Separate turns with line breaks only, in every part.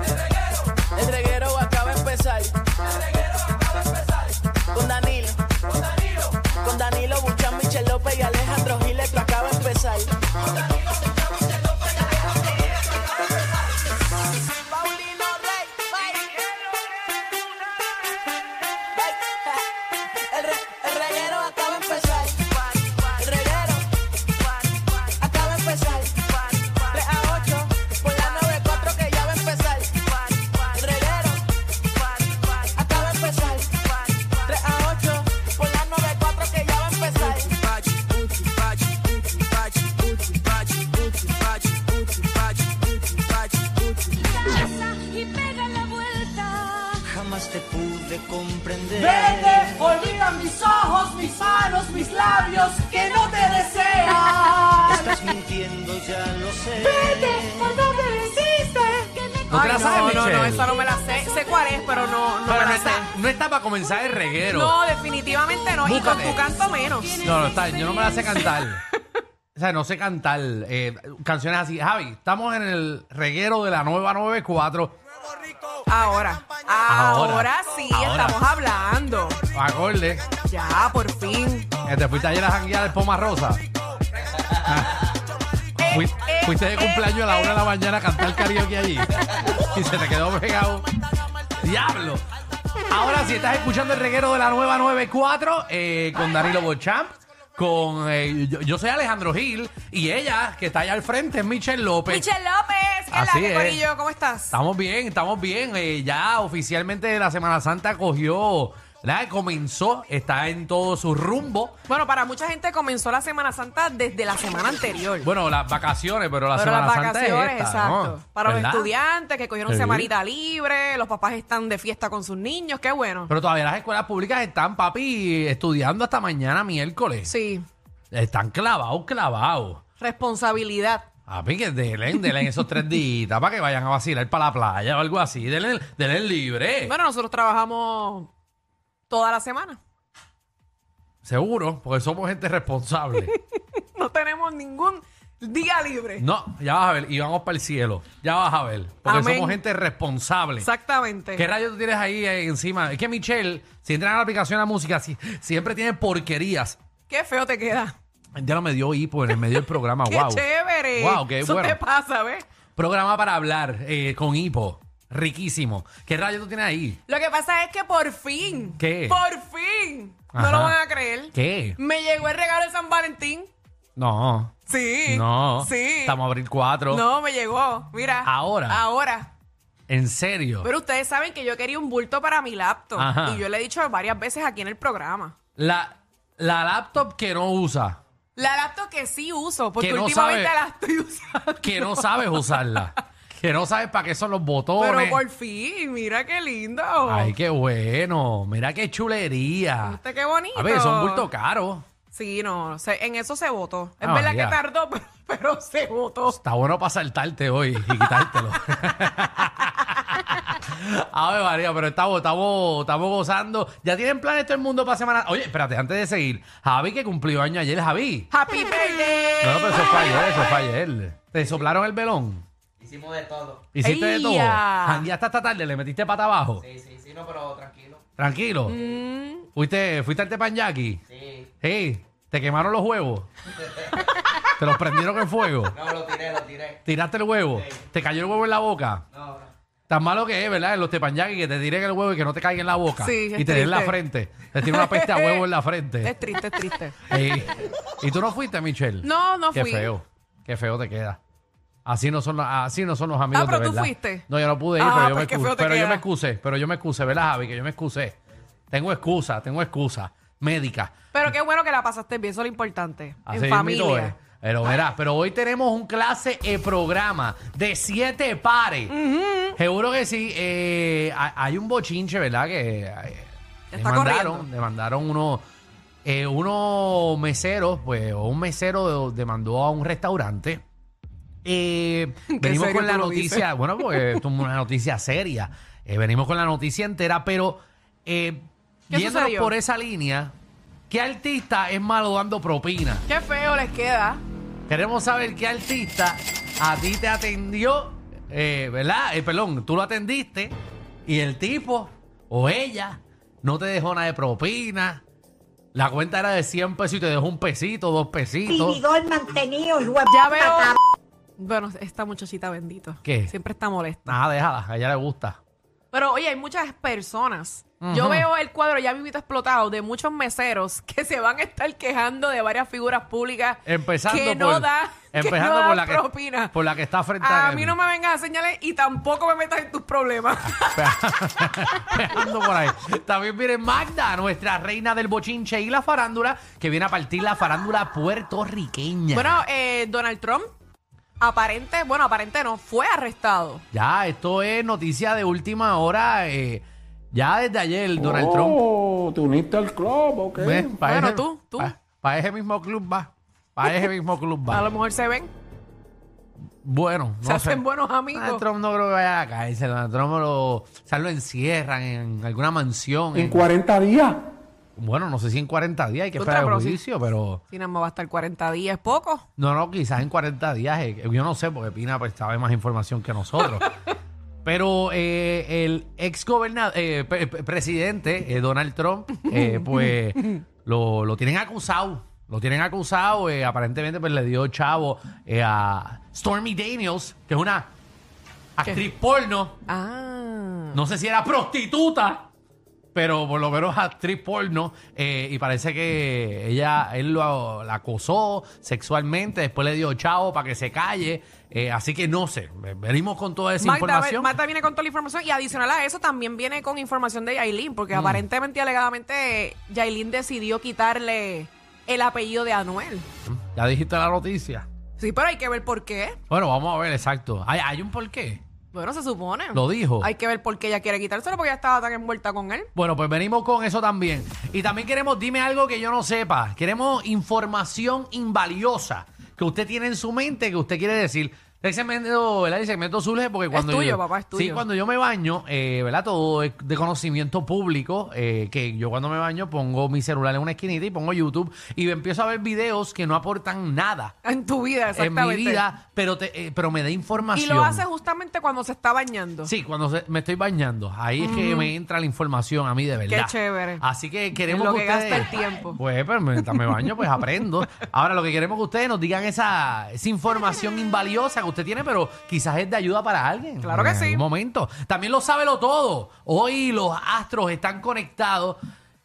El reguero. El reguero acaba de empezar. El reguero acaba de empezar. Con Danilo. Con Danilo. Con Danilo Buchan, Michel López y Alejandro Gil, esto acaba de empezar. Paulino Rey, El, re- el reguero acaba de empezar. El reguero acaba de empezar. 3 a 8 por la 94 que ya va a empezar. El reguero acaba de empezar. 3 a 8 por la 94 que ya va a empezar.
y pega la vuelta.
Jamás te pude comprender.
Vete, olvida mis ojos, mis manos, mis labios que no te desean.
Estás mintiendo, ya lo sé.
¿Por dónde lo hiciste?
¿No te la sabes,
no,
Michelle?
No, no, esa no me la sé. Sé cuál es, pero no, no me
Pero no
la sé.
está, no está para comenzar el reguero.
No, definitivamente no. Y
Búscate.
con tu canto menos.
no, no está, yo no me la sé cantar. o sea, no sé cantar eh, canciones así. Javi, estamos en el reguero de la nueva 94.
Ahora,
Ahora.
ahora, sí
Ahora.
estamos hablando.
Acorde.
Ya, por fin.
Que te fuiste ayer a janguear el Poma Rosa.
Eh,
Fui-
eh,
fuiste de
eh,
cumpleaños a
eh.
la una de la mañana a cantar karaoke allí. y se te quedó pegado. ¡Diablo! Ahora sí, estás escuchando el reguero de la nueva 94 eh, con Danilo Bochamp. Con, eh, yo, yo soy Alejandro Gil y ella, que está allá al frente, es Michelle López.
Michelle López, ¿qué es la
Así
que
es.
corillo? ¿Cómo estás?
Estamos bien, estamos bien. Eh, ya oficialmente la Semana Santa cogió, ¿verdad? comenzó, está en todo su rumbo.
Bueno, para mucha gente comenzó la Semana Santa desde la semana anterior.
Bueno, las vacaciones, pero la
Pero
Semana
las
Santa
vacaciones,
es esta,
exacto.
¿no?
Para
¿Verdad?
los estudiantes que cogieron
Sí.
semanita libre, los papás están de fiesta con sus niños, qué bueno.
Pero todavía las escuelas públicas están, papi, estudiando hasta mañana miércoles.
Sí,
Están clavados, clavados.
responsabilidad.
Papi, que delen, delen esos tres días para que vayan a vacilar para la playa o algo así. Delen, delen libre.
Bueno, nosotros trabajamos toda la semana.
Seguro, porque somos gente responsable.
No tenemos ningún día libre.
No, ya vas a ver, y vamos para el cielo. Ya vas a ver, porque
Amén.
somos gente responsable.
Exactamente.
¿Qué rayos tú tienes ahí eh, encima? Es que Michelle, si entran a la aplicación de la música, si- siempre tiene porquerías.
Qué feo te queda.
Ya no me dio hipo en el medio del programa,
Qué
wow.
chévere.
Wow, Ah, qué
Eso
bueno.
te pasa, ¿ves?
Programa para hablar eh, con hipo. Riquísimo. ¿Qué rayos tú tienes ahí?
Lo que pasa es que por fin.
¿Qué?
Por fin. No
Ajá.
lo van a creer.
¿Qué?
Me llegó el regalo de San Valentín.
No.
Sí.
No.
Sí.
Estamos a abrir cuatro.
No, me llegó. Mira.
Ahora.
Ahora.
En serio.
Pero ustedes saben que yo quería un bulto para mi laptop.
Ajá.
Y yo le he dicho varias veces aquí en el programa.
La, la laptop que no usa,
La laptop que sí uso, porque
Que no
últimamente
sabe-
la estoy usando.
que no sabes usarla, que no sabes para qué son los botones.
Pero por fin, mira qué lindo.
Ay, qué bueno. Mira qué chulería.
¿Viste qué bonito?
A ver, son bultos caros.
Sí, no, se- en eso se votó. Es
Ah,
verdad
ya.
que tardó, pero, pero se votó.
Está bueno para saltarte hoy y quitártelo. A ver, María, pero estamos, estamos, estamos gozando. ¿Ya tienen planes todo el mundo para semana? Oye, espérate, antes de seguir. Javi, que cumplió año ayer, Javi.
Happy birthday.
No, no, pero eso fue ayer, eso fue ayer. Te soplaron el velón.
Hicimos de todo.
Hiciste de todo.
¡Ea!
Jangueaste hasta tarde, le metiste pata abajo.
Sí, sí, sí, no, pero tranquilo.
Tranquilo. Fuiste, fuiste al Tepanyaki.
Sí.
Sí. Te quemaron los huevos. Te los prendieron en fuego.
No, lo tiré, lo tiré.
Tiraste el huevo. Te cayó el huevo en la boca.
No, no.
Tan malo que es, ¿verdad? En los teppanyaki que te tiren el huevo y que no te caiga en la boca.
Sí, es
y te den en la
triste.
frente. Te tiene una peste a huevo en la frente.
Es triste, es triste.
Eh, y tú no fuiste, Michelle.
No, no
Qué
fui.
feo. Qué feo te queda. Así no son, los- así no son los amigos
Ah, pero
de
tú
verdad.
fuiste.
No, yo no pude ir,
Ah,
pero, yo
pues
me
qué
excusé,
feo te
pero yo
queda.
me excusé. Pero yo me excusé, ¿verdad, Javi? Que yo me excusé. Tengo excusa, tengo excusa. Médica.
Pero qué bueno que la pasaste bien, eso es lo importante.
Así
en
mismito es.
familia.
Pero verás, pero hoy tenemos un clase e programa de siete pares. Seguro que sí. eh, ha- hay un bochinche, ¿verdad? Que eh, le
Está
mandaron,
corriendo.
le mandaron uno, eh, unos meseros, pues, o un mesero demandó a un restaurante. Eh, venimos
serio
con la
tú lo
noticia, bueno, porque esto es una noticia seria. Eh, venimos con la noticia entera, pero eh,
¿Qué
yéndonos
sucedió?
por esa línea, ¿qué artista es malo dando propina?
Qué feo les queda.
Queremos saber qué artista a ti te atendió, eh, ¿verdad? Eh, perdón, tú lo atendiste y el tipo o ella no te dejó nada de propina. La cuenta era de 100 pesos y te dejó un pesito, dos pesitos.
Vividor mantenido, hijo de
Ya
puta,
veo.
cabrón.
Bueno, esta muchachita bendito.
¿Qué?
Siempre está molesta.
Nada, déjala, a ella le gusta.
Pero oye, hay muchas personas.
Ujú.
Yo veo el cuadro ya vivito explotado de muchos meseros que se van a estar quejando de varias figuras públicas
Empezando
que
por,
no da,
empezando
que no
por
da
la que,
propina.
por la que está frente
a mí no me vengas a señales y tampoco me metas en tus problemas.
Ando por ahí. También viene Magda, nuestra reina del bochinche y la farándula, que viene a partir la farándula puertorriqueña.
bueno, eh, Donald Trump, aparente, bueno, aparente no, fue arrestado.
Ya, esto es noticia de última hora. eh, ya desde ayer, Donald Trump.
Oh, te uniste al club, ¿ok?
para
Bueno, tú, tú.
Para ese mismo club va. Para ese mismo club
A lo
va.
mejor se ven,
Bueno, no
se hacen
sé.
buenos amigos.
Donald Trump no creo que vaya a caerse. Donald Trump lo, o sea, lo encierran en alguna mansión.
En
en-
40 días.
bueno, no sé si en 40 días hay que
Otra,
esperar el
pero sí.
juicio, pero.
Si nada más va a estar 40 días, es poco.
No, no, quizás en 40 días. eh, Yo no sé, porque Pina pues, sabe más información que nosotros. Pero eh, el ex presidente eh, Donald Trump, eh, pues lo, lo tienen acusado. Lo tienen acusado. eh, aparentemente pues, le dio chavo eh, a Stormy Daniels, que es una actriz porno.
Ah.
No sé si era prostituta, pero por lo menos actriz porno. eh, y parece que ella, él lo, la acosó sexualmente, después le dio chavo para que se calle. eh, así que no sé, venimos con toda esa
Magda,
información.
Magda viene con toda la información y adicional a eso también viene con información de Yailin,
Mm.
porque aparentemente y alegadamente Yailin decidió quitarle el apellido de Anuel.
Ya dijiste la noticia.
Sí, pero hay que ver por qué.
Bueno, vamos a ver, exacto. Hay, hay un porqué.
Bueno, se supone.
Lo dijo.
Hay que ver por qué ella quiere quitárselo, porque ella estaba tan envuelta con él.
Bueno, pues venimos con eso también. Y también queremos, dime algo que yo no sepa. Queremos información invaliosa que usted tiene en su mente, que usted quiere decir. Ese segmento, ¿verdad? El segmento surge porque cuando
tuyo,
yo,
papá, es
Sí,
tuyo.
cuando yo me baño, eh, ¿verdad? Todo es de conocimiento público, eh, que yo cuando me baño pongo mi celular en una esquinita y pongo YouTube y empiezo a ver videos que no aportan nada
En tu vida,
en
exactamente.
mi vida, pero, te- eh, pero me da
Y
información.
lo hace justamente cuando se está bañando.
Sí, cuando se- me estoy bañando. Ahí es que me entra la información a mí de verdad.
chévere.
Así que queremos
lo
que,
que gasta
ustedes-
el tiempo.
Pues, pero mientras me baño, pues aprendo. Ahora, lo que queremos que ustedes nos digan esa, esa información invaliosa que usted tiene, pero quizás es de ayuda para alguien. Pues,
Claro que
en
sí.
algún momento. También lo sabe lo todo. Hoy los astros están conectados.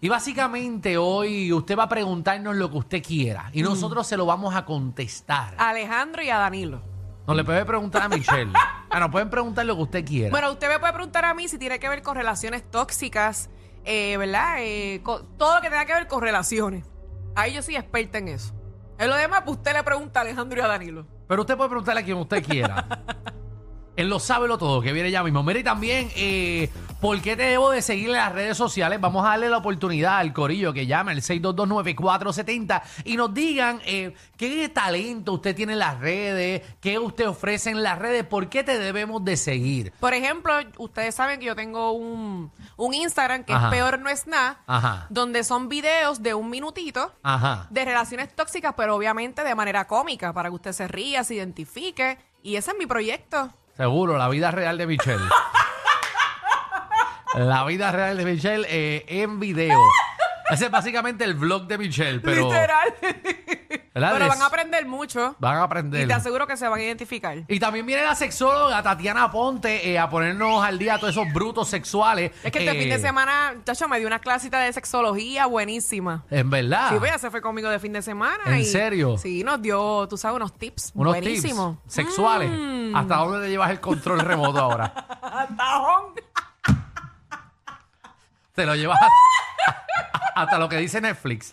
Y básicamente hoy usted va a preguntarnos lo que usted quiera.
Mm.
Y nosotros se lo vamos a contestar.
A Alejandro y a Danilo.
No le puede preguntar a Michelle. Ah, no, pueden preguntar lo que usted quiera.
Bueno, usted me puede preguntar a mí si tiene que ver con relaciones tóxicas, eh, ¿verdad? Eh, co- todo lo que tenga que ver con relaciones. Ahí yo soy experta en eso. En lo demás, pues usted le pregunta a Alejandro y a Danilo.
Pero usted puede preguntarle a quien usted quiera. Él lo sabe lo todo, que viene ya mismo. Mire, y también, eh, ¿por qué te debo de seguir en las redes sociales? Vamos a darle la oportunidad al corillo que llame al 6229470 y nos digan eh, qué talento usted tiene en las redes, qué usted ofrece en las redes, por qué te debemos de seguir.
Por ejemplo, ustedes saben que yo tengo un, un Instagram que
Ajá.
es peor no es nada,
Ajá.
donde son videos de un minutito
Ajá.
de relaciones tóxicas, pero obviamente de manera cómica, para que usted se ría, se identifique. Y ese es mi proyecto.
Seguro, la vida real de Michelle. la vida real de Michelle eh, en video. Ese es básicamente el vlog de Michelle, pero...
Literal.
Ese ¿verdad?
Pero
Les-
van a aprender mucho
Van a aprender.
y te aseguro que se van a identificar.
Y también viene la sexóloga Tatiana Ponte eh, a ponernos al día todos esos brutos sexuales.
Es que este
eh,
fin de semana, chacho, me dio una clasita de sexología buenísima.
En verdad.
Sí, pues ya se fue conmigo de fin de semana.
Ah. ¿En
y-
serio?
Sí, nos dio, tú sabes, unos tips
unos
buenísimos.
tips sexuales.
Mm.
¿Hasta dónde te llevas el control remoto ahora?
Tajón.
Te lo llevas a- hasta lo que dice Netflix.